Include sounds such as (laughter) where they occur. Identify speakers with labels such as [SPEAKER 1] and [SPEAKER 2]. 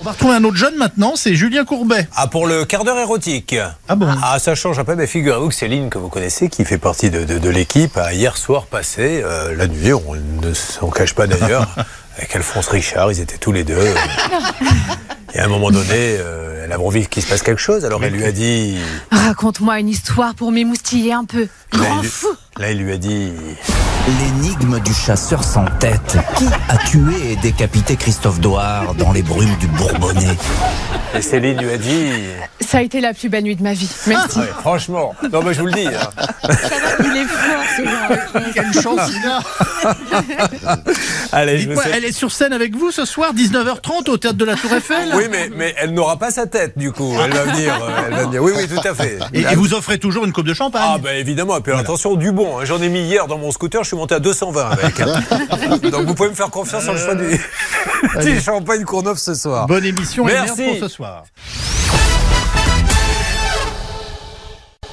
[SPEAKER 1] On va retrouver un autre jeune maintenant, c'est Julien Courbet.
[SPEAKER 2] Ah, pour le quart d'heure érotique.
[SPEAKER 1] Ah bon
[SPEAKER 2] Ah, ça change un peu. Mais figurez-vous que Céline, que vous connaissez, qui fait partie de, de- de l'équipe, a hier soir passé euh, la nuit, on ne s'en cache pas (laughs) d'ailleurs, avec Alphonse Richard, ils étaient tous les deux. euh, et à un moment donné, euh, elle a envie qu'il se passe quelque chose, alors elle lui a dit.
[SPEAKER 3] Raconte-moi une histoire pour m'émoustiller un peu.
[SPEAKER 2] Là,
[SPEAKER 3] Grand
[SPEAKER 2] elle,
[SPEAKER 3] fou
[SPEAKER 2] lui- là, il lui a dit.
[SPEAKER 4] L'énigme du chasseur sans tête. Qui a tué et décapité Christophe Doard dans les brumes du Bourbonnais
[SPEAKER 2] Et Céline lui a dit.
[SPEAKER 3] Ça a été la plus belle nuit de ma vie.
[SPEAKER 2] (laughs)
[SPEAKER 3] Merci.
[SPEAKER 2] Ouais, franchement, non, mais je vous le dis. hein.
[SPEAKER 3] Il est fort ce genre.
[SPEAKER 1] Quelle chance il a
[SPEAKER 2] Allez, je vous
[SPEAKER 1] Dites-moi,
[SPEAKER 2] souhaite-
[SPEAKER 1] Elle est sur scène avec vous ce soir, 19h30 au théâtre de la Tour Eiffel.
[SPEAKER 2] Oui, mais, mais elle n'aura pas sa tête, du coup. Elle va venir. euh, elle va venir. Oui, oui, tout à fait.
[SPEAKER 1] Et, et vous offrez toujours une coupe de champagne.
[SPEAKER 2] bah, Ah bah évidemment, et puis attention du bon, hein. j'en ai mis hier dans mon scooter, je suis monté à 220 avec. hein. Donc vous pouvez me (laughs) faire confiance sur le choix du, du champagne qu'on offre ce soir.
[SPEAKER 1] Bonne émission et
[SPEAKER 2] Merci.
[SPEAKER 1] merde pour ce soir.